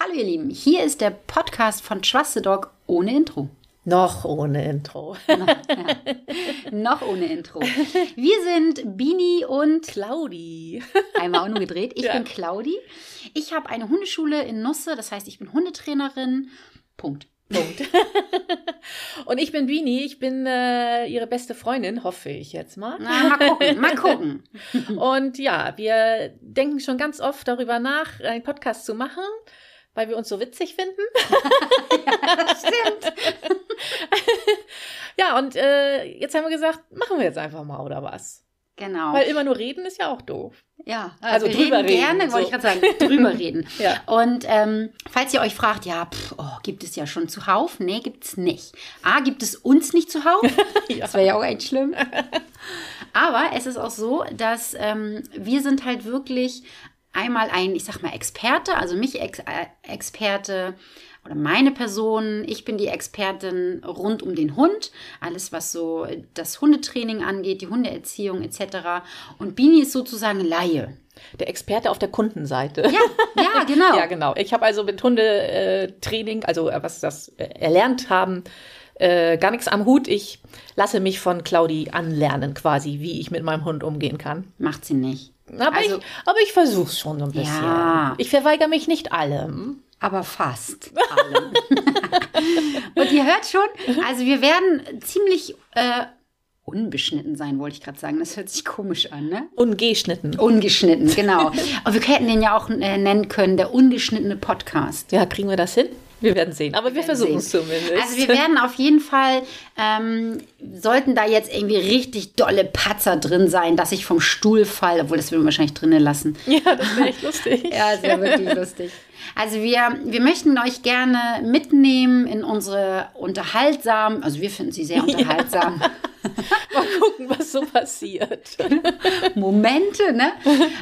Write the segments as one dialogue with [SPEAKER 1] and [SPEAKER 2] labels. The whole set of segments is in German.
[SPEAKER 1] Hallo ihr Lieben, hier ist der Podcast von Schwasse Dog ohne Intro.
[SPEAKER 2] Noch ohne Intro.
[SPEAKER 1] Noch ohne Intro. Wir sind Bini und
[SPEAKER 2] Claudi.
[SPEAKER 1] einmal auch nur gedreht. Ich
[SPEAKER 2] Ja.
[SPEAKER 1] bin Claudi. Ich habe eine Hundeschule in Nusse, das heißt, ich bin Hundetrainerin. Punkt.
[SPEAKER 2] Punkt. Und ich bin Bini, ich bin äh, ihre beste Freundin, hoffe ich jetzt mal.
[SPEAKER 1] Na, mal gucken, mal gucken.
[SPEAKER 2] Und ja, wir denken schon ganz oft darüber nach, einen Podcast zu machen, weil wir uns so witzig finden.
[SPEAKER 1] Stimmt.
[SPEAKER 2] Ja, und äh, jetzt haben wir gesagt, machen wir jetzt einfach mal oder was?
[SPEAKER 1] Genau.
[SPEAKER 2] Weil immer nur reden ist ja auch doof.
[SPEAKER 1] Ja,
[SPEAKER 2] Also
[SPEAKER 1] wir
[SPEAKER 2] drüber
[SPEAKER 1] reden
[SPEAKER 2] reden,
[SPEAKER 1] gerne, wollte ich
[SPEAKER 2] so.
[SPEAKER 1] gerade sagen, drüber reden.
[SPEAKER 2] Ja.
[SPEAKER 1] Und ähm, falls ihr euch fragt, ja, pff, oh, gibt es ja schon zuhauf? Nee, gibt es nicht. A, gibt es uns nicht zuhauf?
[SPEAKER 2] Ja.
[SPEAKER 1] Das wäre ja auch echt schlimm. Aber es ist auch so, dass ähm, wir sind halt wirklich einmal ein, ich sag mal, Experte, also mich Ex äh, Experte oder meine Person, ich bin die Expertin rund um den Hund, alles was so das Hundetraining angeht, die Hundeerziehung etc. Und Bini ist sozusagen Laie.
[SPEAKER 2] Der Experte auf der Kundenseite.
[SPEAKER 1] Ja, ja, genau.
[SPEAKER 2] Ja, genau. Ich habe also mit Hundetraining, also äh, was das äh, erlernt haben, äh, gar nichts am Hut. Ich lasse mich von Claudi anlernen, quasi, wie ich mit meinem Hund umgehen kann.
[SPEAKER 1] Macht sie nicht.
[SPEAKER 2] Aber
[SPEAKER 1] Also-
[SPEAKER 2] ich, aber ich versuche es schon so ein bisschen.
[SPEAKER 1] Ja.
[SPEAKER 2] Ich verweigere mich nicht allem.
[SPEAKER 1] Aber fast. Alle. Und ihr hört schon, also wir werden ziemlich äh, unbeschnitten sein, wollte ich gerade sagen. Das hört sich komisch an, ne?
[SPEAKER 2] Ungeschnitten.
[SPEAKER 1] Ungeschnitten, genau. Aber wir hätten den ja auch äh, nennen können, der ungeschnittene Podcast.
[SPEAKER 2] Ja, kriegen wir das hin? Wir werden sehen. Aber wir versuchen es
[SPEAKER 1] sehen.
[SPEAKER 2] zumindest.
[SPEAKER 1] Also wir werden auf jeden Fall, ähm, sollten da jetzt irgendwie richtig dolle Patzer drin sein, dass ich vom Stuhl fall, obwohl das würden wir wahrscheinlich drinnen lassen.
[SPEAKER 2] ja, das wäre echt lustig.
[SPEAKER 1] Ja, es wäre wirklich lustig. Also wir, wir möchten euch gerne mitnehmen in unsere unterhaltsamen, also wir finden sie sehr unterhaltsam,
[SPEAKER 2] Mal gucken, was so passiert.
[SPEAKER 1] Momente, ne?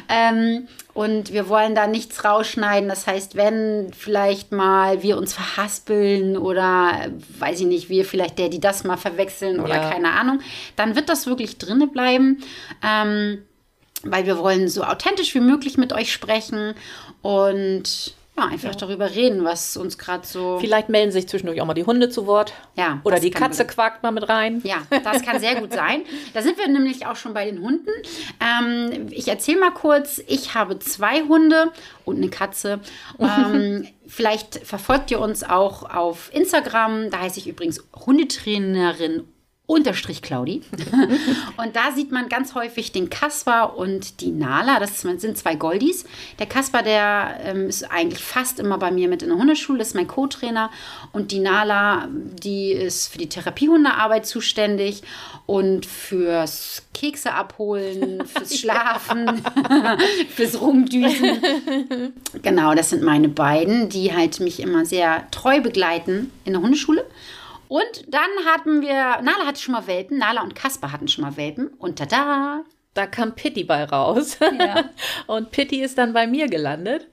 [SPEAKER 1] ähm, und wir wollen da nichts rausschneiden. Das heißt, wenn vielleicht mal wir uns verhaspeln oder äh, weiß ich nicht, wir vielleicht der, die das mal verwechseln oder
[SPEAKER 2] Ja.
[SPEAKER 1] keine Ahnung, dann wird das wirklich drinne bleiben. Ähm, weil wir wollen so authentisch wie möglich mit euch sprechen und ja, einfach darüber reden, was uns gerade so.
[SPEAKER 2] Vielleicht melden sich zwischendurch auch mal die Hunde zu Wort.
[SPEAKER 1] Ja,
[SPEAKER 2] Oder
[SPEAKER 1] das
[SPEAKER 2] die
[SPEAKER 1] kann
[SPEAKER 2] Katze quakt mal mit rein.
[SPEAKER 1] Ja, das kann sehr gut sein. Da sind wir nämlich auch schon bei den Hunden. Ähm, ich erzähle mal kurz, ich habe zwei Hunde und eine Katze. Ähm, vielleicht verfolgt ihr uns auch auf Instagram. Da heiße ich übrigens Hundetrainerin. Unterstrich Claudi. Und da sieht man ganz häufig den Kaspar und die Nala. Das sind zwei Goldies. Der Kaspar, der ähm, ist eigentlich fast immer bei mir mit in der Hundeschule, ist mein Co-Trainer. Und die Nala, die ist für die Therapiehundearbeit zuständig und fürs Kekse abholen, fürs Schlafen, fürs Rumdüsen. Genau, das sind meine beiden, die halt mich immer sehr treu begleiten in der Hundeschule. Und dann hatten wir, Nala hatte schon mal Welpen, Nala und Kasper hatten schon mal Welpen. Und tada!
[SPEAKER 2] Da kam Pitti bei raus.
[SPEAKER 1] Ja.
[SPEAKER 2] Und Pitti ist dann bei mir gelandet.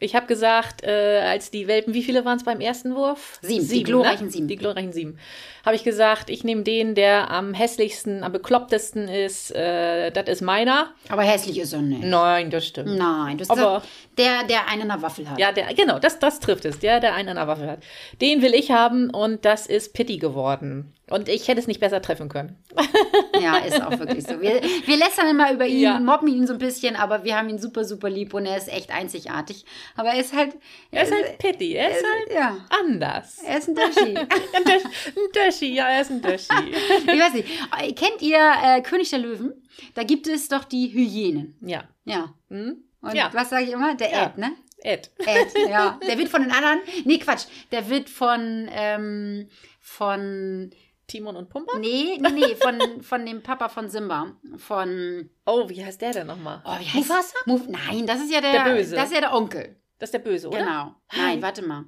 [SPEAKER 2] Ich habe gesagt, äh, als die Welpen, wie viele waren es beim ersten Wurf? ne?
[SPEAKER 1] Sieben, die glorreichen sieben.
[SPEAKER 2] Die glorreichen sieben. Habe ich gesagt, ich nehme den, der am hässlichsten, am beklopptesten ist. Äh, das ist meiner.
[SPEAKER 1] Aber hässlich ist er nicht.
[SPEAKER 2] Nein, das stimmt.
[SPEAKER 1] Nein, das ist
[SPEAKER 2] Aber-
[SPEAKER 1] der, der einen in der Waffel hat.
[SPEAKER 2] Ja, der, genau, das, das trifft es. Der, der einen an der Waffe hat. Den will ich haben und das ist Pitti geworden. Und ich hätte es nicht besser treffen können.
[SPEAKER 1] Ja, ist auch wirklich so. Wir, wir lästern immer über ihn,
[SPEAKER 2] Ja.
[SPEAKER 1] mobben ihn so ein bisschen, aber wir haben ihn super, super lieb und er ist echt einzigartig. Aber er ist halt.
[SPEAKER 2] Er ist halt Pitti. Er ist halt
[SPEAKER 1] ja,
[SPEAKER 2] anders.
[SPEAKER 1] er ist ein Dashi.
[SPEAKER 2] Ein Dösch- ein Döschi, ja, er ist ein Döschi.
[SPEAKER 1] ich weiß nicht. Kennt ihr äh, König der Löwen? Da gibt es doch die Hyänen.
[SPEAKER 2] Ja.
[SPEAKER 1] Ja.
[SPEAKER 2] Hm?
[SPEAKER 1] Und
[SPEAKER 2] Ja.
[SPEAKER 1] was sage ich immer? Der
[SPEAKER 2] Ja.
[SPEAKER 1] Ed, ne?
[SPEAKER 2] Ed.
[SPEAKER 1] Ed, ja. Der wird von den anderen. Nee, Quatsch. Der wird von. Ähm, von.
[SPEAKER 2] Timon und Pumba?
[SPEAKER 1] Nee, nee, nee. Von, von dem Papa von Simba. Von.
[SPEAKER 2] Oh, wie heißt der denn nochmal?
[SPEAKER 1] Oh, wie heißt
[SPEAKER 2] Mufasa?
[SPEAKER 1] Muf Nein, das ist ja der.
[SPEAKER 2] Der Böse.
[SPEAKER 1] Das ist ja der Onkel.
[SPEAKER 2] Das ist der Böse, oder?
[SPEAKER 1] Genau. Nein, warte mal.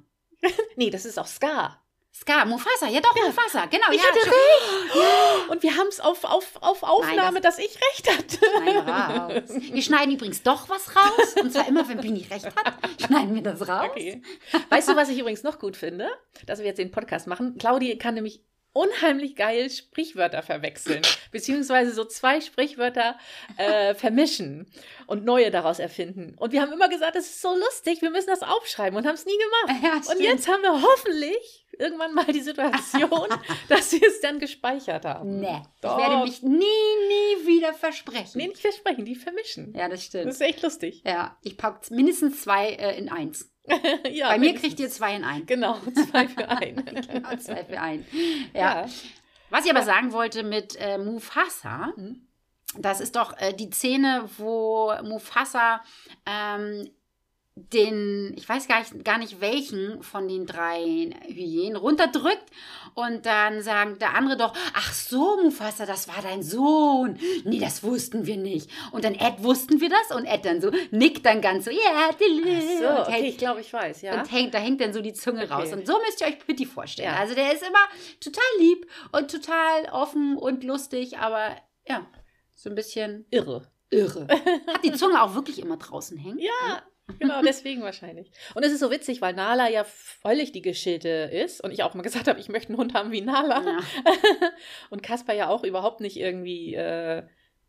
[SPEAKER 2] Nee, das ist auch Scar.
[SPEAKER 1] Scar, Mufasa, ja doch, Mufasa, genau.
[SPEAKER 2] Ich
[SPEAKER 1] ja,
[SPEAKER 2] hatte
[SPEAKER 1] schon.
[SPEAKER 2] Und wir haben es auf, auf, auf Aufnahme, dass ich recht hatte.
[SPEAKER 1] Nein, raus. Wir schneiden übrigens doch was raus. Und zwar immer, wenn Bini recht hat, schneiden wir das raus.
[SPEAKER 2] Okay. Weißt du, was ich übrigens noch gut finde? Dass wir jetzt den Podcast machen. Claudi kann nämlich unheimlich geil Sprichwörter verwechseln, beziehungsweise so zwei Sprichwörter äh, vermischen und neue daraus erfinden. Und wir haben immer gesagt, das ist so lustig, wir müssen das aufschreiben und haben es nie gemacht.
[SPEAKER 1] Ja,
[SPEAKER 2] und
[SPEAKER 1] stimmt.
[SPEAKER 2] jetzt haben wir hoffentlich irgendwann mal die Situation, dass wir es dann gespeichert haben.
[SPEAKER 1] Nee,
[SPEAKER 2] Doch.
[SPEAKER 1] ich werde mich nie, nie wieder versprechen.
[SPEAKER 2] Nee, nicht versprechen, die vermischen.
[SPEAKER 1] Ja, das
[SPEAKER 2] Das
[SPEAKER 1] stimmt.
[SPEAKER 2] ist echt lustig.
[SPEAKER 1] Ja, ich packe mindestens zwei äh, in eins.
[SPEAKER 2] ja,
[SPEAKER 1] Bei mir
[SPEAKER 2] mindestens.
[SPEAKER 1] kriegt ihr zwei in ein.
[SPEAKER 2] Genau, zwei für einen.
[SPEAKER 1] Genau, zwei für ein. Ja.
[SPEAKER 2] ja.
[SPEAKER 1] Was ich aber sagen wollte mit äh, Mufasa,
[SPEAKER 2] Mhm.
[SPEAKER 1] das ist doch äh, die Szene, wo Mufasa ähm, den, ich weiß gar nicht, gar nicht welchen von den drei Hyänen runterdrückt und dann sagen der andere doch, ach so, Mufasa, das war dein Sohn. Nee, das wussten wir nicht. Und dann Ed wussten wir das und Ed dann so, nickt dann ganz so, ja,
[SPEAKER 2] Ach
[SPEAKER 1] yeah,
[SPEAKER 2] So, okay, ich glaube, ich weiß, ja.
[SPEAKER 1] und hängt, da hängt dann so die Zunge raus. Und so müsst ihr euch Pretty vorstellen.
[SPEAKER 2] Ja.
[SPEAKER 1] Also der ist immer total lieb und total offen und lustig, aber ja, so ein bisschen
[SPEAKER 2] Irre.
[SPEAKER 1] irre. Hat die Zunge auch wirklich immer draußen hängen?
[SPEAKER 2] Ja, genau, deswegen wahrscheinlich. Und es ist so witzig, weil Nala ja völlig die Geschilte ist und ich auch mal gesagt habe, ich möchte einen Hund haben wie Nala.
[SPEAKER 1] Ja.
[SPEAKER 2] Und Kasper ja auch überhaupt nicht irgendwie äh,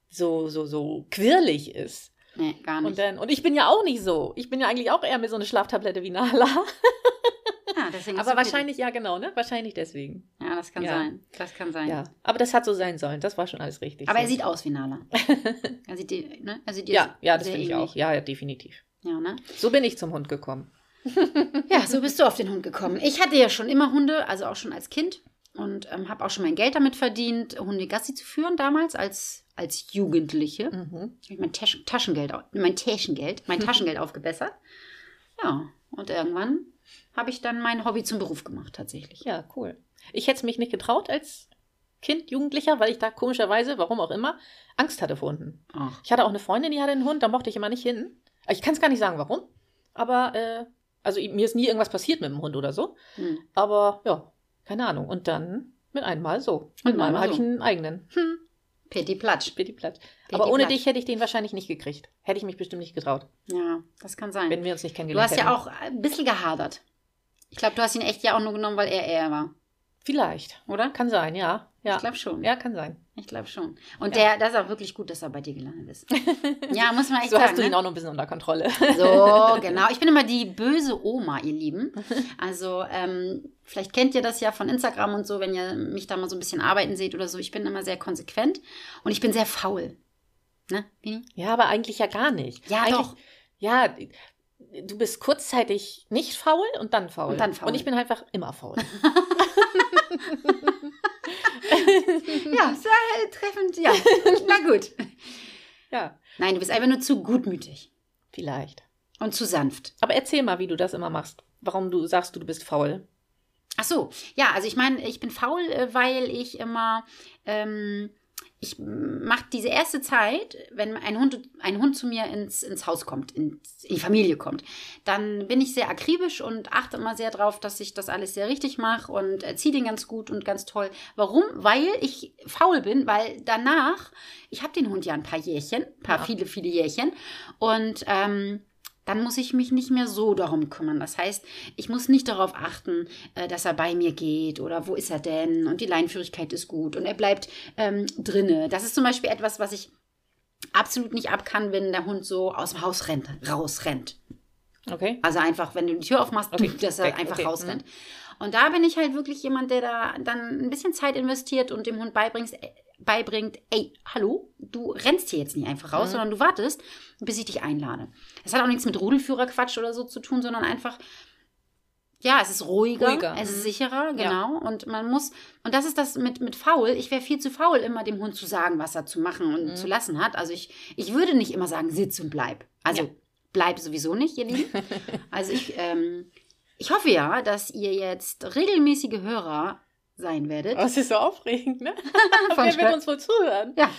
[SPEAKER 2] so, so, so quirlig ist.
[SPEAKER 1] Nee, gar
[SPEAKER 2] Und,
[SPEAKER 1] nicht.
[SPEAKER 2] dann, und ich bin ja auch nicht so. Ich bin ja eigentlich auch eher mehr so eine Schlaftablette wie Nala.
[SPEAKER 1] Ja, Ah, deswegen ist
[SPEAKER 2] Aber
[SPEAKER 1] so pretty.
[SPEAKER 2] wahrscheinlich, ja, genau, ne? Wahrscheinlich deswegen.
[SPEAKER 1] Ja, das kann
[SPEAKER 2] Ja.
[SPEAKER 1] sein. Das kann sein.
[SPEAKER 2] Ja. Aber das hat so sein sollen. Das war schon alles richtig.
[SPEAKER 1] Aber er
[SPEAKER 2] So.
[SPEAKER 1] sieht aus wie Nala. er sieht, die- ne? er sieht ihr
[SPEAKER 2] Ja, ja, das
[SPEAKER 1] sehr
[SPEAKER 2] finde ich
[SPEAKER 1] ähnlich.
[SPEAKER 2] auch. Ja, ja, definitiv.
[SPEAKER 1] Ja, ne?
[SPEAKER 2] So bin ich zum Hund gekommen.
[SPEAKER 1] Ja, so bist du auf den Hund gekommen. Ich hatte ja schon immer Hunde, also auch schon als Kind und ähm, habe auch schon mein Geld damit verdient, Hunde Gassi zu führen damals als, als Jugendliche.
[SPEAKER 2] Mhm.
[SPEAKER 1] Hab ich mein Taschen, Taschengeld, au- mein Taschengeld, mein Taschengeld aufgebessert. Ja, und irgendwann habe ich dann mein Hobby zum Beruf gemacht tatsächlich.
[SPEAKER 2] Ja, cool. Ich hätte es mich nicht getraut als Kind, Jugendlicher, weil ich da komischerweise, warum auch immer, Angst hatte vor Hunden.
[SPEAKER 1] Ach,
[SPEAKER 2] Ich hatte auch eine Freundin, die hatte einen Hund, da mochte ich immer nicht hin. Ich kann es gar nicht sagen, warum. Aber, äh, also i- mir ist nie irgendwas passiert mit dem Hund oder so.
[SPEAKER 1] hm.
[SPEAKER 2] Aber ja, keine Ahnung. Und dann mit einem Mal so.
[SPEAKER 1] Mit
[SPEAKER 2] Mit einem
[SPEAKER 1] einmal
[SPEAKER 2] Mal hatte ich
[SPEAKER 1] so.
[SPEAKER 2] einen eigenen. Hm,
[SPEAKER 1] Pitti Platsch.
[SPEAKER 2] bitte platt.
[SPEAKER 1] Pitti
[SPEAKER 2] Aber ohne
[SPEAKER 1] Platsch.
[SPEAKER 2] dich hätte ich den wahrscheinlich nicht gekriegt. Hätte ich mich bestimmt nicht getraut,
[SPEAKER 1] Ja, das kann sein.
[SPEAKER 2] wenn wir uns nicht
[SPEAKER 1] Du
[SPEAKER 2] kennengelernt
[SPEAKER 1] hast
[SPEAKER 2] hätten.
[SPEAKER 1] ja auch ein bisschen gehadert. Ich glaube, du hast ihn echt ja auch nur genommen, weil er er war,
[SPEAKER 2] Vielleicht.
[SPEAKER 1] oder?
[SPEAKER 2] Kann sein, ja. ja.
[SPEAKER 1] Ich glaube schon.
[SPEAKER 2] ja, kann sein.
[SPEAKER 1] Ich glaube schon. Und der, das ist auch wirklich gut, dass er bei dir gelandet ist. Ja, muss man echt
[SPEAKER 2] So
[SPEAKER 1] sagen.
[SPEAKER 2] hast du
[SPEAKER 1] ne?
[SPEAKER 2] ihn auch noch ein bisschen unter Kontrolle.
[SPEAKER 1] So, genau. Ich bin immer die böse Oma, ihr Lieben. Also, ähm, vielleicht kennt ihr das ja von Instagram und so, wenn ihr mich da mal so ein bisschen arbeiten seht oder so. Ich bin immer sehr konsequent und ich bin sehr faul. Ne, Bini?
[SPEAKER 2] Ja, aber eigentlich ja gar nicht.
[SPEAKER 1] Ja,
[SPEAKER 2] eigentlich,
[SPEAKER 1] doch.
[SPEAKER 2] Ja, du bist kurzzeitig nicht faul und dann faul.
[SPEAKER 1] Und dann faul.
[SPEAKER 2] Und ich bin einfach immer faul.
[SPEAKER 1] Ja, sehr treffend, ja. Na gut.
[SPEAKER 2] ja,
[SPEAKER 1] Nein, du bist einfach nur zu gutmütig
[SPEAKER 2] vielleicht.
[SPEAKER 1] und zu sanft.
[SPEAKER 2] Aber erzähl mal, wie du das immer machst. Warum du sagst, du bist faul.
[SPEAKER 1] Ach so, ja, also ich meine, ich bin faul, äh, weil ich immer, ähm, ich mache diese erste Zeit, wenn ein Hund, ein Hund zu mir ins, ins Haus kommt, ins, in die Familie kommt, dann bin ich sehr akribisch und achte immer sehr drauf, dass ich das alles sehr richtig mache und erziehe den ganz gut und ganz toll. Warum? Weil ich faul bin, weil danach, ich habe den Hund ja ein paar Jährchen, paar
[SPEAKER 2] Ja.
[SPEAKER 1] viele, viele Jährchen und ähm, dann muss ich mich nicht mehr so darum kümmern. Das heißt, ich muss nicht darauf achten, äh, dass er bei mir geht oder wo ist er denn und die Leinführigkeit ist gut und er bleibt ähm, drinne. Das ist zum Beispiel etwas, was ich absolut nicht ab kann, wenn der Hund so aus dem Haus rennt, rausrennt.
[SPEAKER 2] Okay?
[SPEAKER 1] Also einfach, wenn du die Tür aufmachst,
[SPEAKER 2] Okay,
[SPEAKER 1] dass er
[SPEAKER 2] weg,
[SPEAKER 1] einfach
[SPEAKER 2] okay, mhm.
[SPEAKER 1] rausrennt. Und da bin ich halt wirklich jemand, der da dann ein bisschen Zeit investiert und dem Hund beibringst, äh, beibringt, ey, hallo, du rennst hier jetzt nicht einfach raus,
[SPEAKER 2] Mhm.
[SPEAKER 1] sondern du wartest, bis ich dich einlade. Es hat auch nichts mit Rudelführerquatsch oder so zu tun, sondern einfach, ja, es ist ruhiger,
[SPEAKER 2] Ruhiger,
[SPEAKER 1] es
[SPEAKER 2] mhm.
[SPEAKER 1] ist sicherer, genau. Und man muss, und das ist das mit, mit faul, ich wäre viel zu faul, immer dem Hund zu sagen, was er zu machen und
[SPEAKER 2] Mhm.
[SPEAKER 1] zu lassen hat. Also ich, ich würde nicht immer sagen, sitz und bleib. Also
[SPEAKER 2] Ja.
[SPEAKER 1] bleib sowieso nicht, ihr Lieben. Also ich, ähm, ich hoffe ja, dass ihr jetzt regelmäßige Hörer sein werdet.
[SPEAKER 2] Das ist so aufregend, ne?
[SPEAKER 1] Von
[SPEAKER 2] Wer
[SPEAKER 1] Spö-
[SPEAKER 2] wird uns wohl zuhören?
[SPEAKER 1] ja.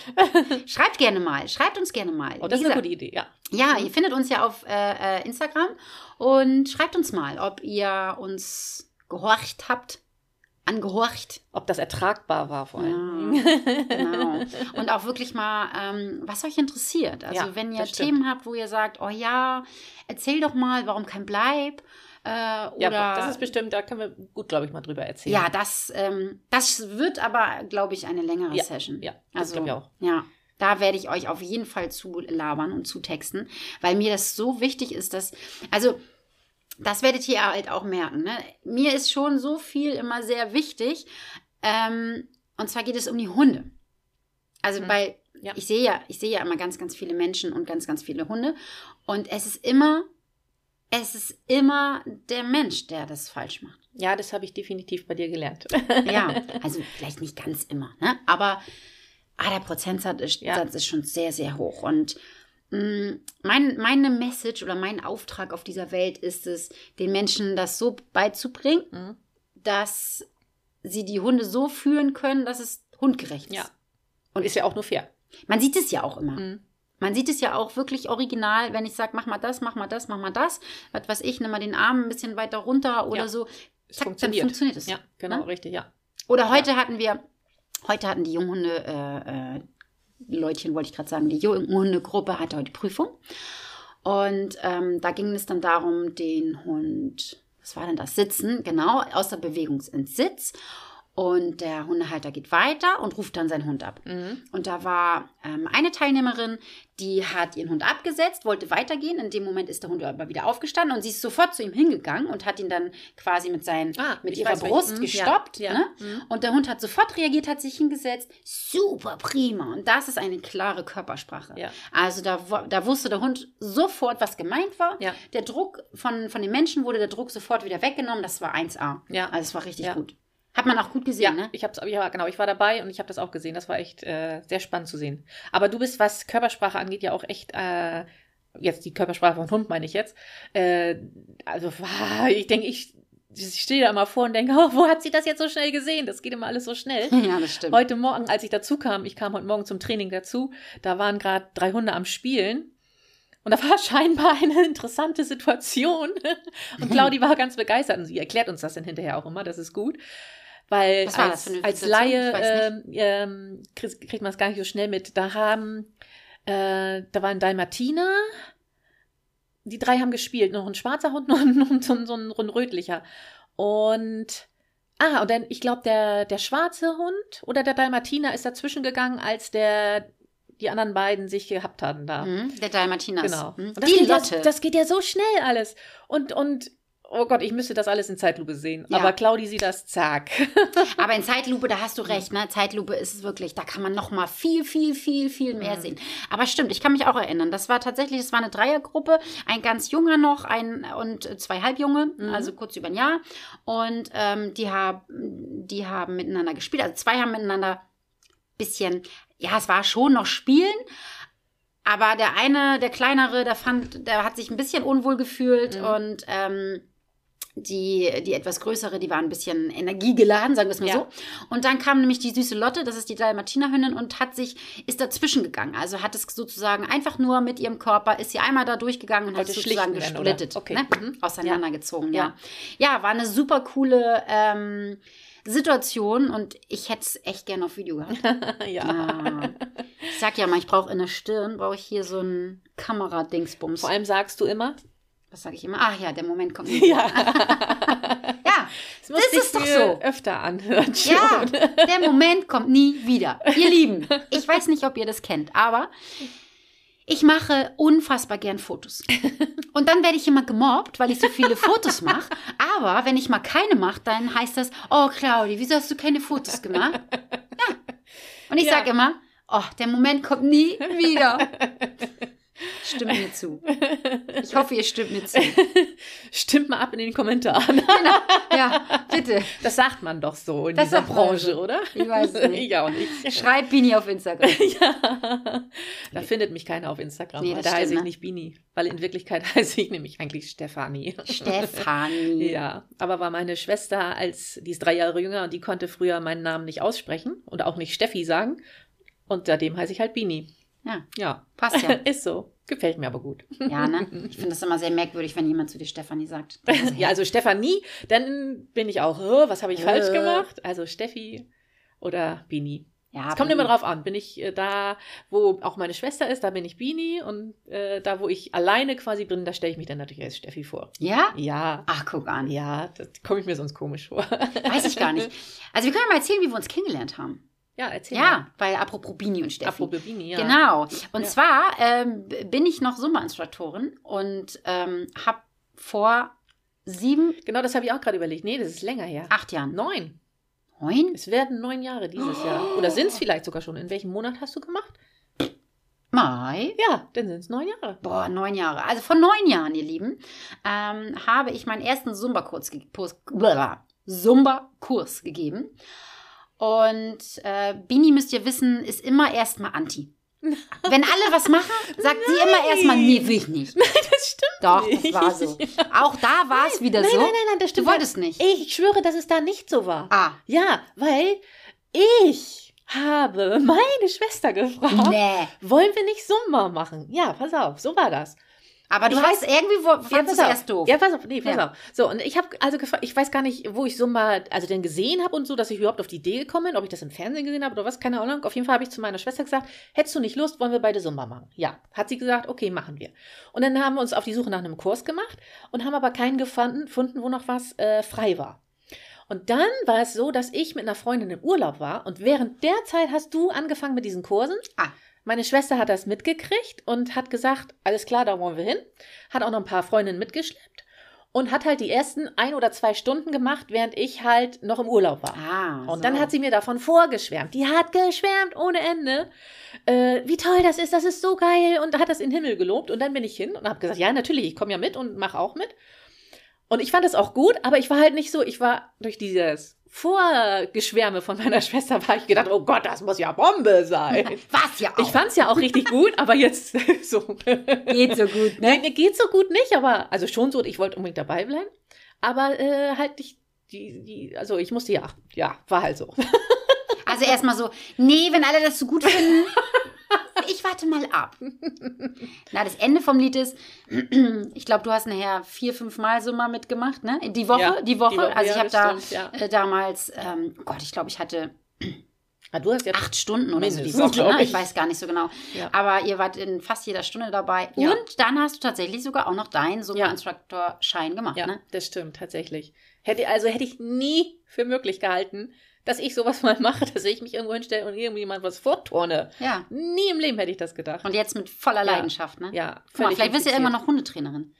[SPEAKER 1] Schreibt gerne mal, schreibt uns gerne mal.
[SPEAKER 2] Oh, das
[SPEAKER 1] Wie
[SPEAKER 2] ist eine
[SPEAKER 1] gesagt,
[SPEAKER 2] gute Idee, ja.
[SPEAKER 1] ja, ihr findet uns ja auf äh, äh, Instagram und schreibt uns mal, ob ihr uns gehorcht habt, angehorcht.
[SPEAKER 2] Ob das ertragbar war vor allem.
[SPEAKER 1] Genau. Und auch wirklich mal, ähm, was euch interessiert. Also
[SPEAKER 2] Ja,
[SPEAKER 1] wenn ihr
[SPEAKER 2] das stimmt.
[SPEAKER 1] Themen habt, wo ihr sagt, oh ja, erzähl doch mal, warum kein Bleib. Äh, oder
[SPEAKER 2] Ja, das ist bestimmt, da können wir gut, glaube ich, mal drüber erzählen.
[SPEAKER 1] ja, das, ähm, das wird aber, glaube ich, eine längere
[SPEAKER 2] Ja,
[SPEAKER 1] Session.
[SPEAKER 2] ja das
[SPEAKER 1] Also-
[SPEAKER 2] glaube ich auch.
[SPEAKER 1] Ja, da werde ich euch auf jeden Fall zu labern und zu texten, weil mir das so wichtig ist, dass, also, das werdet ihr halt auch merken. Ne? Mir ist schon so viel immer sehr wichtig. Ähm, und zwar geht es um die Hunde. Also,
[SPEAKER 2] Mhm.
[SPEAKER 1] weil
[SPEAKER 2] Ja.
[SPEAKER 1] ich sehe ja, ich sehe ja immer ganz, ganz viele Menschen und ganz, ganz viele Hunde. Und es ist immer, es ist immer der Mensch, der das falsch macht.
[SPEAKER 2] Ja, das habe ich definitiv bei dir gelernt.
[SPEAKER 1] Ja, also vielleicht nicht ganz immer, ne? Aber ah, der Prozentsatz ist,
[SPEAKER 2] Ja.
[SPEAKER 1] Satz ist schon sehr, sehr hoch. Und mh, mein, meine Message oder mein Auftrag auf dieser Welt ist es, den Menschen das so beizubringen,
[SPEAKER 2] Mhm.
[SPEAKER 1] dass sie die Hunde so führen können, dass es hundgerecht ist.
[SPEAKER 2] Ja. Und ist ja auch nur fair.
[SPEAKER 1] Man sieht es ja auch immer.
[SPEAKER 2] Mhm.
[SPEAKER 1] Man sieht es ja auch wirklich original, wenn ich sage, mach mal das, mach mal das, mach mal das. Was weiß ich, nimm mal den Arm ein bisschen weiter runter oder
[SPEAKER 2] Ja.
[SPEAKER 1] so.
[SPEAKER 2] Es
[SPEAKER 1] Zack,
[SPEAKER 2] funktioniert.
[SPEAKER 1] Dann funktioniert es.
[SPEAKER 2] Ja, genau,
[SPEAKER 1] Ne?
[SPEAKER 2] richtig, ja.
[SPEAKER 1] Oder heute hatten wir, heute hatten die Junghunde, äh, äh, Leutchen wollte ich gerade sagen, die Junghundegruppe hatte heute Prüfung. Und ähm, da ging es dann darum, den Hund, was war denn das? Sitzen, genau, aus der Bewegung ins Sitz. Und der Hundehalter geht weiter und ruft dann seinen Hund ab.
[SPEAKER 2] Mhm.
[SPEAKER 1] Und da war ähm, eine Teilnehmerin, die hat ihren Hund abgesetzt, wollte weitergehen. In dem Moment ist der Hund aber wieder aufgestanden und sie ist sofort zu ihm hingegangen und hat ihn dann quasi mit, seinen,
[SPEAKER 2] Ah,
[SPEAKER 1] mit
[SPEAKER 2] ich
[SPEAKER 1] ihrer
[SPEAKER 2] weiß, welche.
[SPEAKER 1] Brust
[SPEAKER 2] Mhm, ja,
[SPEAKER 1] gestoppt.
[SPEAKER 2] ja.
[SPEAKER 1] Ne?
[SPEAKER 2] Mhm.
[SPEAKER 1] Und der Hund hat sofort reagiert, hat sich hingesetzt. Super prima. Und das ist eine klare Körpersprache.
[SPEAKER 2] Ja.
[SPEAKER 1] Also da, wo- da wusste der Hund sofort, was gemeint war.
[SPEAKER 2] Ja.
[SPEAKER 1] Der Druck von, von den Menschen wurde der Druck sofort wieder weggenommen. Das war 1A.
[SPEAKER 2] Ja.
[SPEAKER 1] Also es war richtig
[SPEAKER 2] Ja.
[SPEAKER 1] gut. Hat man auch gut
[SPEAKER 2] Ja,
[SPEAKER 1] gesehen, ne?
[SPEAKER 2] ich hab's, ja, genau, ich war dabei und ich habe das auch gesehen. Das war echt äh, sehr spannend zu sehen. Aber du bist, was Körpersprache angeht, ja auch echt, äh, jetzt die Körpersprache von Hund meine ich jetzt. Äh, also, wah, ich denke, ich, ich stehe da immer vor und denke, oh, wo hat sie das jetzt so schnell gesehen? Das geht immer alles so schnell.
[SPEAKER 1] Ja, das stimmt.
[SPEAKER 2] Heute Morgen, als ich dazu kam, ich kam heute Morgen zum Training dazu, da waren gerade drei Hunde am Spielen. Und da war scheinbar eine interessante Situation. Und Claudi war ganz begeistert. Und sie erklärt uns das dann hinterher auch immer, das ist gut. Weil
[SPEAKER 1] Was war das
[SPEAKER 2] als,
[SPEAKER 1] für eine
[SPEAKER 2] als
[SPEAKER 1] Situation?
[SPEAKER 2] Laie
[SPEAKER 1] Ich weiß
[SPEAKER 2] ähm, ähm, krieg- kriegt man es gar nicht so schnell mit. Da haben, äh, da waren Dalmatiner, die drei haben gespielt. Noch ein schwarzer Hund noch ein- und so, ein- so ein so ein rötlicher. Und ah, und dann, ich glaube, der, der schwarze Hund oder der Dalmatiner ist dazwischen gegangen, als der die anderen beiden sich gehabt hatten da.
[SPEAKER 1] Mhm, der Dalmatiner.
[SPEAKER 2] Genau.
[SPEAKER 1] Mhm.
[SPEAKER 2] Und das
[SPEAKER 1] Die
[SPEAKER 2] geht
[SPEAKER 1] Lotte.
[SPEAKER 2] Ja, das geht ja so schnell alles. Und, und, oh Gott, ich müsste das alles in Zeitlupe sehen.
[SPEAKER 1] Ja.
[SPEAKER 2] Aber Claudi sieht das zack.
[SPEAKER 1] Aber in Zeitlupe, da hast du recht, ne? Zeitlupe ist es wirklich, da kann man noch mal viel, viel, viel, viel
[SPEAKER 2] Mhm.
[SPEAKER 1] mehr sehen. Aber stimmt, ich kann mich auch erinnern. Das war tatsächlich, es war eine Dreiergruppe, ein ganz junger noch, ein und zwei Halbjunge,
[SPEAKER 2] Mhm.
[SPEAKER 1] also kurz über ein Jahr. Und ähm, die, hab, die haben miteinander gespielt. Also zwei haben miteinander bisschen, ja, es war schon noch Spielen, aber der eine, der kleinere, der fand, der hat sich ein bisschen unwohl
[SPEAKER 2] Mhm.
[SPEAKER 1] gefühlt und ähm, die, die etwas größere, die war ein bisschen energiegeladen, sagen wir es mal
[SPEAKER 2] Ja.
[SPEAKER 1] so. Und dann kam nämlich die süße Lotte, das ist die Dalmatinerhündin, und hat sich, ist dazwischen gegangen. Also hat es sozusagen einfach nur mit ihrem Körper, ist sie einmal da durchgegangen und hat
[SPEAKER 2] Wollte
[SPEAKER 1] es sozusagen
[SPEAKER 2] schlichten dann,
[SPEAKER 1] gesplittet,
[SPEAKER 2] oder? Okay.
[SPEAKER 1] ne?
[SPEAKER 2] Mhm.
[SPEAKER 1] auseinandergezogen. Ja. ja, war eine super coole ähm, Situation und ich hätte es echt gerne auf Video gehabt.
[SPEAKER 2] ja.
[SPEAKER 1] Ah. Ich sag ja mal, ich brauche in der Stirn, brauche ich hier so ein Kameradingsbums.
[SPEAKER 2] Vor allem sagst du immer.
[SPEAKER 1] Was sage ich immer? Ach ja, der Moment kommt.
[SPEAKER 2] Ja.
[SPEAKER 1] Ja,
[SPEAKER 2] das muss
[SPEAKER 1] Das
[SPEAKER 2] ich
[SPEAKER 1] ist doch
[SPEAKER 2] mir
[SPEAKER 1] so.
[SPEAKER 2] öfter anhören.
[SPEAKER 1] ja,
[SPEAKER 2] schon.
[SPEAKER 1] der Moment kommt nie wieder. Ihr Lieben, ich weiß nicht, ob ihr das kennt, aber ich mache unfassbar gern Fotos. Und dann werde ich immer gemobbt, weil ich so viele Fotos mache. Aber wenn ich mal keine mache, dann heißt das, oh Claudi, wieso hast du keine Fotos gemacht? Ja. Und ich
[SPEAKER 2] Ja.
[SPEAKER 1] sage immer, oh, der Moment kommt nie wieder. Stimmt mir zu. Ich hoffe, ihr stimmt mir zu.
[SPEAKER 2] Stimmt mal ab in den Kommentaren.
[SPEAKER 1] Ja, bitte.
[SPEAKER 2] Das sagt man doch so in
[SPEAKER 1] Das
[SPEAKER 2] dieser
[SPEAKER 1] sagt man
[SPEAKER 2] Branche,
[SPEAKER 1] so.
[SPEAKER 2] oder?
[SPEAKER 1] Ich weiß es nicht.
[SPEAKER 2] Ja, und ich.
[SPEAKER 1] Schreibt Bini auf Instagram.
[SPEAKER 2] Ja. Da findet mich keiner auf Instagram.
[SPEAKER 1] Nee,
[SPEAKER 2] weil
[SPEAKER 1] das
[SPEAKER 2] da heiße
[SPEAKER 1] stimmt,
[SPEAKER 2] ich
[SPEAKER 1] ne?
[SPEAKER 2] nicht Bini. Weil in Wirklichkeit heiße ich nämlich eigentlich Stefanie.
[SPEAKER 1] Stefanie.
[SPEAKER 2] Ja, aber war meine Schwester, als die ist drei Jahre jünger und die konnte früher meinen Namen nicht aussprechen und auch nicht Steffi sagen. Und seitdem heiße ich halt Bini.
[SPEAKER 1] Ja,
[SPEAKER 2] Ja,
[SPEAKER 1] passt ja.
[SPEAKER 2] ist so. Gefällt mir aber gut.
[SPEAKER 1] Ja, ne? Ich finde das immer sehr merkwürdig, wenn jemand zu dir Stefanie sagt.
[SPEAKER 2] Ja, also Stefanie, dann bin ich auch, "Hä, was habe ich falsch
[SPEAKER 1] Äh.
[SPEAKER 2] gemacht? Also Steffi oder Bini.
[SPEAKER 1] Ja,
[SPEAKER 2] Es kommt immer drauf an. Bin ich äh, da, wo auch meine Schwester ist, da bin ich Bini und äh, da, wo ich alleine quasi bin, da stelle ich mich dann natürlich als Steffi vor.
[SPEAKER 1] Ja?
[SPEAKER 2] Ja,
[SPEAKER 1] Ach, guck an.
[SPEAKER 2] ja, das komme ich mir sonst komisch vor.
[SPEAKER 1] Weiß ich gar nicht. Also wir können ja mal erzählen, wie wir uns kennengelernt haben.
[SPEAKER 2] Ja, erzähl mal.
[SPEAKER 1] Ja, weil apropos Bini und Steffi.
[SPEAKER 2] Apropos Bini, ja.
[SPEAKER 1] Genau. Und
[SPEAKER 2] Ja.
[SPEAKER 1] zwar ähm, b- bin ich noch Sumba-Instruktorin und ähm, habe vor sieben,
[SPEAKER 2] Genau, das habe ich auch gerade überlegt. Nee, das ist länger her.
[SPEAKER 1] acht Jahren,
[SPEAKER 2] Neun.
[SPEAKER 1] neun
[SPEAKER 2] Es werden neun Jahre dieses Jahr. Oder sind es vielleicht sogar schon. In welchem Monat hast du gemacht?
[SPEAKER 1] Mai.
[SPEAKER 2] Ja, dann sind es neun Jahre.
[SPEAKER 1] Boah, neun Jahre. Also vor neun Jahren, ihr Lieben, ähm, habe ich meinen ersten Zumba-Kurs ge Kurs- blablabla, Zumba-Kurs gegeben. Und äh, Bini, müsst ihr wissen, ist immer erstmal Anti. Wenn alle was machen, sagt sie immer erstmal, nee, will ich nicht.
[SPEAKER 2] Das stimmt.
[SPEAKER 1] Doch, das
[SPEAKER 2] nicht.
[SPEAKER 1] war so. Auch da war es wieder
[SPEAKER 2] nein,
[SPEAKER 1] so.
[SPEAKER 2] nein, nein, nein, das
[SPEAKER 1] du
[SPEAKER 2] stimmt.
[SPEAKER 1] wolltest nicht.
[SPEAKER 2] Ich schwöre, dass es da nicht so war.
[SPEAKER 1] ah,
[SPEAKER 2] Ja, weil ich habe meine Schwester gefragt,
[SPEAKER 1] nee.
[SPEAKER 2] wollen wir nicht Sumba machen? Ja, pass auf, so war das.
[SPEAKER 1] Aber du
[SPEAKER 2] Ich
[SPEAKER 1] hast irgendwie, wo, fandst
[SPEAKER 2] Ja,
[SPEAKER 1] du
[SPEAKER 2] pass
[SPEAKER 1] es
[SPEAKER 2] auf.
[SPEAKER 1] erst doof.
[SPEAKER 2] Ja, pass auf, nee, pass
[SPEAKER 1] Ja.
[SPEAKER 2] auf. So, und ich habe also gefragt, ich weiß gar nicht, wo ich Sumba, also denn gesehen habe und so, dass ich überhaupt auf die Idee gekommen bin, ob ich das im Fernsehen gesehen habe oder was, keine Ahnung. Auf jeden Fall habe ich zu meiner Schwester gesagt, hättest du nicht Lust, wollen wir beide Sumba machen? Ja. Hat sie gesagt, okay, machen wir. Und dann haben wir uns auf die Suche nach einem Kurs gemacht und haben aber keinen gefunden, gefunden wo noch was äh, frei war. Und dann war es so, dass ich mit einer Freundin im Urlaub war und während der Zeit hast du angefangen mit diesen Kursen.
[SPEAKER 1] Ah.
[SPEAKER 2] Meine Schwester hat das mitgekriegt und hat gesagt, alles klar, da wollen wir hin. Hat auch noch ein paar Freundinnen mitgeschleppt und hat halt die ersten ein oder zwei Stunden gemacht, während ich halt noch im Urlaub war.
[SPEAKER 1] Ah,
[SPEAKER 2] Und dann hat sie mir davon vorgeschwärmt. Die hat geschwärmt ohne Ende. Äh, wie toll das ist, das ist so geil. Und hat das in den Himmel gelobt. Und dann bin ich hin und habe gesagt, ja, natürlich, ich komme ja mit und mache auch mit. Und ich fand das auch gut, aber ich war halt nicht so, ich war durch dieses Vorgeschwärme von meiner Schwester, war ich gedacht, oh Gott, das muss ja Bombe sein.
[SPEAKER 1] Was ja auch.
[SPEAKER 2] Ich fand es ja auch richtig gut, aber jetzt so.
[SPEAKER 1] Geht so gut, ne?
[SPEAKER 2] Nee, mir geht so gut nicht, aber also schon so, ich wollte unbedingt dabei bleiben. Aber äh, halt nicht, die, die, also ich musste ja, ja, war halt so.
[SPEAKER 1] Also erstmal so, nee, wenn alle das so gut finden, ich warte mal ab. Na, das Ende vom Lied ist, ich glaube, du hast nachher vier, fünf Mal so mal mitgemacht, ne? Die Woche,
[SPEAKER 2] Ja,
[SPEAKER 1] die Woche. also ich
[SPEAKER 2] ja,
[SPEAKER 1] habe
[SPEAKER 2] das
[SPEAKER 1] da
[SPEAKER 2] stimmt, ja.
[SPEAKER 1] äh, damals, ähm, oh Gott, ich glaube, ich hatte
[SPEAKER 2] Ah, du hast ja.
[SPEAKER 1] acht Stunden oder so
[SPEAKER 2] Mindestens,
[SPEAKER 1] die Woche,
[SPEAKER 2] glaub
[SPEAKER 1] ne?
[SPEAKER 2] ich.
[SPEAKER 1] Ich weiß gar nicht so genau.
[SPEAKER 2] Ja.
[SPEAKER 1] Aber ihr wart in fast jeder Stunde dabei.
[SPEAKER 2] Ja.
[SPEAKER 1] Und dann hast du tatsächlich sogar auch noch deinen Sumba-Instructor-Schein gemacht,
[SPEAKER 2] ja,
[SPEAKER 1] ne?
[SPEAKER 2] das stimmt, tatsächlich. Hätte, also hätte ich nie für möglich gehalten, dass ich sowas mal mache, dass ich mich irgendwo hinstelle und irgendjemand was vorturne.
[SPEAKER 1] Ja.
[SPEAKER 2] Nie im Leben hätte ich das gedacht.
[SPEAKER 1] Und jetzt mit voller
[SPEAKER 2] Ja.
[SPEAKER 1] Leidenschaft, ne?
[SPEAKER 2] ja,
[SPEAKER 1] Guck mal,
[SPEAKER 2] völlig
[SPEAKER 1] vielleicht wirst du ja
[SPEAKER 2] infiziert.
[SPEAKER 1] immer noch Hundetrainerin.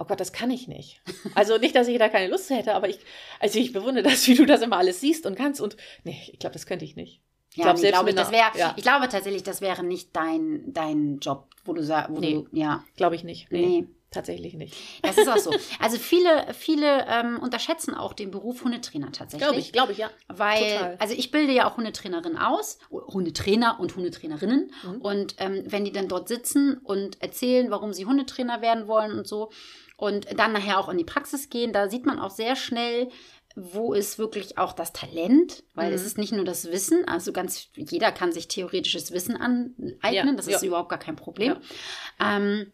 [SPEAKER 2] Oh Gott, das kann ich nicht. Also nicht, dass ich da keine Lust zu hätte, aber ich, also ich bewundere das, wie du das immer alles siehst und kannst und nee, ich glaube, das könnte ich nicht.
[SPEAKER 1] Ja,
[SPEAKER 2] glaub,
[SPEAKER 1] nee,
[SPEAKER 2] selbst
[SPEAKER 1] glaube ich,
[SPEAKER 2] mit
[SPEAKER 1] das
[SPEAKER 2] einer-
[SPEAKER 1] wäre,
[SPEAKER 2] ja.
[SPEAKER 1] ich glaube tatsächlich, das wäre nicht dein, dein Job, wo du sagst, wo
[SPEAKER 2] Nee.
[SPEAKER 1] du, ja,
[SPEAKER 2] Glaube ich nicht. Nee,
[SPEAKER 1] nee.
[SPEAKER 2] tatsächlich nicht.
[SPEAKER 1] Das ist auch so. Also viele, viele ähm, unterschätzen auch den Beruf Hundetrainer tatsächlich.
[SPEAKER 2] Glaube ich, glaube ich, ja.
[SPEAKER 1] Weil,
[SPEAKER 2] Total.
[SPEAKER 1] also ich bilde ja auch Hundetrainerin aus, Hundetrainer und Hundetrainerinnen.
[SPEAKER 2] Mhm.
[SPEAKER 1] Und ähm, wenn die dann dort sitzen und erzählen, warum sie Hundetrainer werden wollen und so, und dann nachher auch in die Praxis gehen, da sieht man auch sehr schnell, wo ist wirklich auch das Talent, weil
[SPEAKER 2] Mhm.
[SPEAKER 1] es ist nicht nur das Wissen, also ganz jeder kann sich theoretisches Wissen aneignen,
[SPEAKER 2] Ja,
[SPEAKER 1] das ist
[SPEAKER 2] ja.
[SPEAKER 1] überhaupt gar kein Problem. Ähm,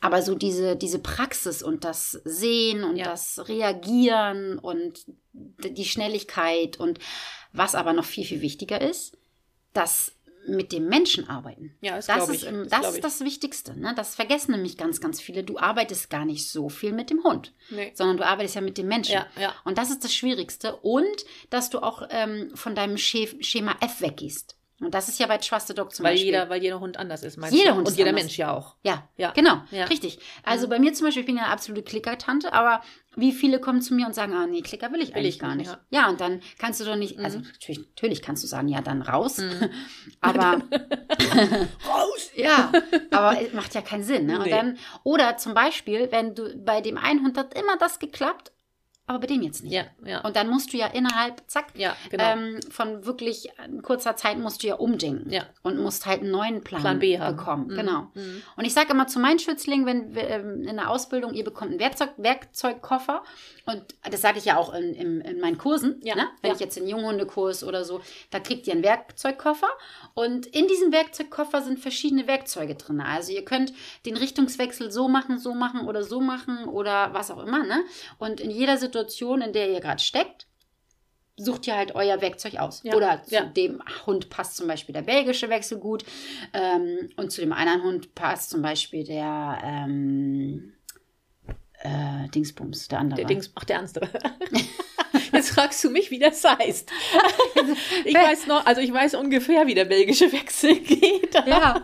[SPEAKER 1] aber so diese, diese Praxis und das Sehen und
[SPEAKER 2] Ja.
[SPEAKER 1] das Reagieren und d- die Schnelligkeit und was aber noch viel, viel wichtiger ist, das mit dem Menschen arbeiten.
[SPEAKER 2] Ja, das,
[SPEAKER 1] Das
[SPEAKER 2] glaube
[SPEAKER 1] ist,
[SPEAKER 2] ich.
[SPEAKER 1] im- das,
[SPEAKER 2] glaub
[SPEAKER 1] ist das Wichtigste. Ne? Das vergessen nämlich ganz, ganz viele. Du arbeitest gar nicht so viel mit dem Hund,
[SPEAKER 2] ich. Nee.
[SPEAKER 1] sondern du arbeitest ja mit dem Menschen.
[SPEAKER 2] Ja, ja.
[SPEAKER 1] Und das ist das Schwierigste. Und dass du auch ähm, von deinem Schä- Schema F weggehst. Und das ist ja bei Schwarze Dog zum
[SPEAKER 2] Weil
[SPEAKER 1] Beispiel.
[SPEAKER 2] jeder, weil jeder Hund anders ist, meinst
[SPEAKER 1] Jeder
[SPEAKER 2] du?
[SPEAKER 1] Hund
[SPEAKER 2] und
[SPEAKER 1] ist
[SPEAKER 2] jeder
[SPEAKER 1] anders.
[SPEAKER 2] Mensch ja auch.
[SPEAKER 1] Ja,
[SPEAKER 2] Ja.
[SPEAKER 1] genau,
[SPEAKER 2] Ja.
[SPEAKER 1] richtig. Also
[SPEAKER 2] Mhm.
[SPEAKER 1] bei mir zum Beispiel, ich bin ja eine absolute Klicker-Tante, aber wie viele kommen zu mir und sagen, ah nee, Klicker will ich
[SPEAKER 2] Will
[SPEAKER 1] eigentlich
[SPEAKER 2] ich
[SPEAKER 1] gar
[SPEAKER 2] nicht,
[SPEAKER 1] nicht. Ja. und dann kannst du doch nicht, also
[SPEAKER 2] Mhm.
[SPEAKER 1] natürlich, natürlich kannst du sagen, ja, dann raus.
[SPEAKER 2] Mhm.
[SPEAKER 1] aber
[SPEAKER 2] Raus!
[SPEAKER 1] ja, aber es macht ja keinen Sinn. Ne? Und
[SPEAKER 2] Nee.
[SPEAKER 1] dann, oder zum Beispiel, wenn du bei dem einen Hund hat immer das geklappt, aber bei dem jetzt nicht.
[SPEAKER 2] Ja, ja.
[SPEAKER 1] Und dann musst du ja innerhalb, zack,
[SPEAKER 2] ja, genau.
[SPEAKER 1] ähm, von wirklich äh, kurzer Zeit musst du ja umdenken
[SPEAKER 2] Ja.
[SPEAKER 1] und musst halt einen neuen Plan,
[SPEAKER 2] Plan B haben.
[SPEAKER 1] bekommen.
[SPEAKER 2] Mhm.
[SPEAKER 1] Genau.
[SPEAKER 2] Mhm.
[SPEAKER 1] Und ich sage immer zu meinen Schützlingen, wenn wir ähm, in der Ausbildung, ihr bekommt einen Werkzeug, Werkzeugkoffer. Und das sage ich ja auch in, in, in meinen Kursen.
[SPEAKER 2] Ja,
[SPEAKER 1] Ne? Wenn
[SPEAKER 2] ja.
[SPEAKER 1] ich jetzt einen Junghundekurs oder so, da kriegt ihr einen Werkzeugkoffer. Und in diesem Werkzeugkoffer sind verschiedene Werkzeuge drin. Also ihr könnt den Richtungswechsel so machen, so machen oder so machen oder was auch immer. Ne? Und in jeder Situation, in der ihr gerade steckt, sucht ihr halt euer Werkzeug aus.
[SPEAKER 2] Ja,
[SPEAKER 1] Oder zu
[SPEAKER 2] ja.
[SPEAKER 1] dem Hund passt zum Beispiel der belgische Wechsel gut ähm, und zu dem anderen Hund passt zum Beispiel der ähm, äh, Dingsbums, der andere.
[SPEAKER 2] Der Dings, ach, der andere. Jetzt fragst du mich, wie das heißt. Ich weiß noch, also ich weiß ungefähr, wie der belgische Wechsel geht.
[SPEAKER 1] Ja,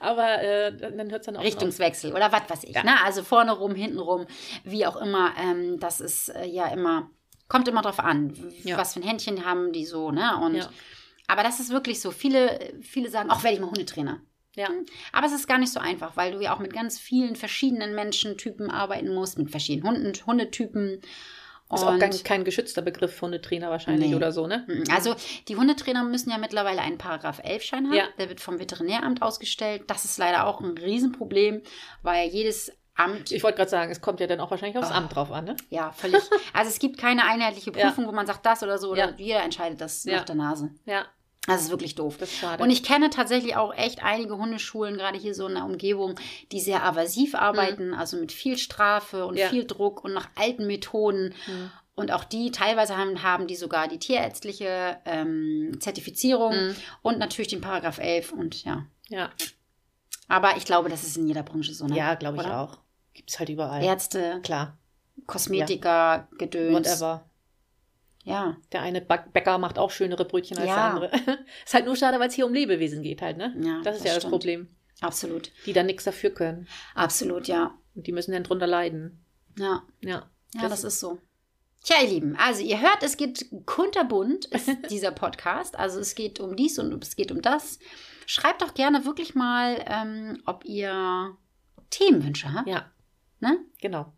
[SPEAKER 2] Aber äh, dann hört es dann auch auf.
[SPEAKER 1] Richtungswechsel oder was weiß ich.
[SPEAKER 2] Ja.
[SPEAKER 1] Ne? Also vorne rum, hinten rum, wie auch immer. Ähm, das ist äh, ja immer, kommt immer drauf an, w-
[SPEAKER 2] Ja.
[SPEAKER 1] was für ein Händchen haben die so. Ne? Und,
[SPEAKER 2] Ja.
[SPEAKER 1] Aber das ist wirklich so. Viele, viele sagen, auch werde ich mal Hundetrainer.
[SPEAKER 2] Ja.
[SPEAKER 1] Aber es ist gar nicht so einfach, weil du ja auch mit ganz vielen verschiedenen Menschentypen arbeiten musst, mit verschiedenen Hunden, Hundetypen.
[SPEAKER 2] Ist auch
[SPEAKER 1] Und-
[SPEAKER 2] gar kein geschützter Begriff Hundetrainer wahrscheinlich
[SPEAKER 1] Nee.
[SPEAKER 2] oder so, ne?
[SPEAKER 1] also die Hundetrainer müssen ja mittlerweile einen Paragraph 11 Schein haben.
[SPEAKER 2] Ja.
[SPEAKER 1] Der wird vom Veterinäramt ausgestellt. Das ist leider auch ein Riesenproblem, weil jedes Amt
[SPEAKER 2] Ich wollte gerade sagen, es kommt ja dann auch wahrscheinlich aufs
[SPEAKER 1] Ah.
[SPEAKER 2] Amt drauf an, ne?
[SPEAKER 1] Ja, völlig. Also es gibt keine einheitliche
[SPEAKER 2] Ja.
[SPEAKER 1] Prüfung, wo man sagt das oder so. Oder
[SPEAKER 2] Ja.
[SPEAKER 1] Jeder entscheidet das
[SPEAKER 2] Ja.
[SPEAKER 1] nach der Nase.
[SPEAKER 2] Ja,
[SPEAKER 1] Das ist wirklich doof.
[SPEAKER 2] das ist schade.
[SPEAKER 1] Und ich kenne tatsächlich auch echt einige Hundeschulen, gerade hier so in der Umgebung, die sehr avasiv arbeiten, also mit viel Strafe und
[SPEAKER 2] Mhm. Ja.
[SPEAKER 1] viel Druck und nach alten Methoden.
[SPEAKER 2] Mhm.
[SPEAKER 1] Und auch die teilweise haben, haben die sogar die tierärztliche ähm, Zertifizierung
[SPEAKER 2] Mhm.
[SPEAKER 1] und natürlich den Paragraph 11 und ja.
[SPEAKER 2] ja,
[SPEAKER 1] Aber ich glaube, das ist in jeder Branche so. Ne?
[SPEAKER 2] ja glaube ich
[SPEAKER 1] Oder?
[SPEAKER 2] auch. Gibt es halt überall.
[SPEAKER 1] Ärzte,
[SPEAKER 2] Klar,
[SPEAKER 1] Kosmetiker, Gedöns.
[SPEAKER 2] whatever.
[SPEAKER 1] Ja,
[SPEAKER 2] Der eine Back Bäcker macht auch schönere Brötchen als
[SPEAKER 1] Ja.
[SPEAKER 2] der andere. ist halt nur schade, weil es hier um Lebewesen geht halt, ne?
[SPEAKER 1] ja.
[SPEAKER 2] das ist ja das
[SPEAKER 1] stimmt.
[SPEAKER 2] Problem.
[SPEAKER 1] Absolut.
[SPEAKER 2] Die dann nichts dafür können.
[SPEAKER 1] Absolut, ja.
[SPEAKER 2] Und die müssen dann drunter leiden.
[SPEAKER 1] Ja,
[SPEAKER 2] Ja.
[SPEAKER 1] ja
[SPEAKER 2] Das-
[SPEAKER 1] das, ist so. Tja, ihr Lieben, also ihr hört, es geht kunterbunt, ist dieser Podcast. Also es geht um dies und es geht um das. Schreibt doch gerne wirklich mal, ähm, ob ihr Themenwünsche habt.
[SPEAKER 2] Ja.
[SPEAKER 1] Ne?
[SPEAKER 2] Genau.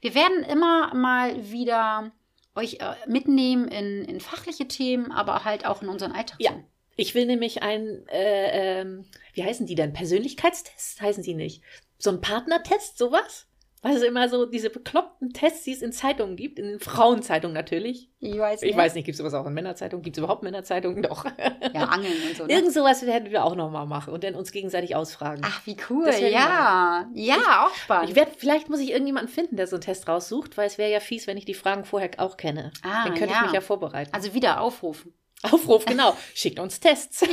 [SPEAKER 1] Wir werden immer mal wieder euch äh, mitnehmen in, in fachliche Themen, aber halt auch in unseren Alltag.
[SPEAKER 2] Ja.
[SPEAKER 1] so.
[SPEAKER 2] Ich will nämlich einen, äh, ähm, wie heißen die denn? Persönlichkeitstest heißen die nicht. So ein Partnertest, sowas? Weil es immer so diese bekloppten Tests, die es in Zeitungen gibt, in den Frauenzeitungen natürlich.
[SPEAKER 1] Ich weiß ne?
[SPEAKER 2] Ich weiß nicht, gibt es sowas auch in Männerzeitungen? Gibt es überhaupt Männerzeitungen? Doch.
[SPEAKER 1] Ja, Angeln und so. Ne?
[SPEAKER 2] Irgend sowas werden wir auch nochmal machen und dann uns gegenseitig ausfragen.
[SPEAKER 1] Ach, wie cool.
[SPEAKER 2] Das werden wir
[SPEAKER 1] Ja, ja, auch spannend.
[SPEAKER 2] Ich werd, vielleicht muss ich irgendjemanden finden, der so einen Test raussucht, weil es wäre ja fies, wenn ich die Fragen vorher auch kenne.
[SPEAKER 1] ah,
[SPEAKER 2] dann könnte ich mich ja vorbereiten.
[SPEAKER 1] also wieder aufrufen.
[SPEAKER 2] Aufruf, genau. Schickt uns Tests.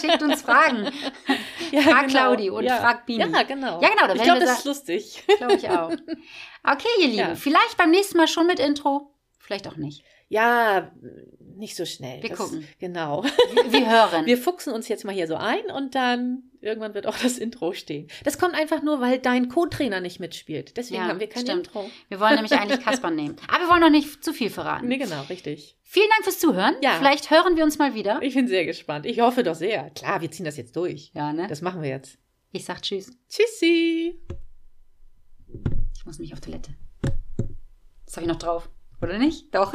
[SPEAKER 1] Schickt uns Fragen.
[SPEAKER 2] Ja, genau.
[SPEAKER 1] Frag Claudi und
[SPEAKER 2] ja.
[SPEAKER 1] frag Biene.
[SPEAKER 2] Ja, genau.
[SPEAKER 1] Ja, genau, dann
[SPEAKER 2] Ich
[SPEAKER 1] werden
[SPEAKER 2] glaube,
[SPEAKER 1] wir
[SPEAKER 2] das ist lustig.
[SPEAKER 1] Glaube ich auch. Okay, ihr Lieben,
[SPEAKER 2] Ja.
[SPEAKER 1] vielleicht beim nächsten Mal schon mit Intro, vielleicht auch nicht.
[SPEAKER 2] Ja, nicht so schnell.
[SPEAKER 1] Wir
[SPEAKER 2] das,
[SPEAKER 1] gucken.
[SPEAKER 2] Genau.
[SPEAKER 1] Wir, wir hören.
[SPEAKER 2] Wir fuchsen uns jetzt mal hier so ein und dann irgendwann wird auch das Intro stehen. Das kommt einfach nur, weil dein Co-Trainer nicht mitspielt. Deswegen
[SPEAKER 1] Ja,
[SPEAKER 2] haben wir kein
[SPEAKER 1] stimmt.
[SPEAKER 2] Intro.
[SPEAKER 1] Wir wollen nämlich eigentlich Kaspar nehmen. Aber wir wollen noch nicht zu viel verraten.
[SPEAKER 2] Nee, genau, richtig.
[SPEAKER 1] Vielen Dank fürs Zuhören.
[SPEAKER 2] Ja.
[SPEAKER 1] Vielleicht hören wir uns mal wieder.
[SPEAKER 2] Ich bin sehr gespannt. Ich hoffe doch sehr. Klar, wir ziehen das jetzt durch.
[SPEAKER 1] Ja, ne?
[SPEAKER 2] Das machen wir jetzt.
[SPEAKER 1] Ich sag Tschüss.
[SPEAKER 2] Tschüssi.
[SPEAKER 1] Ich muss mich auf Toilette. Das habe ich noch drauf. Oder nicht? Doch.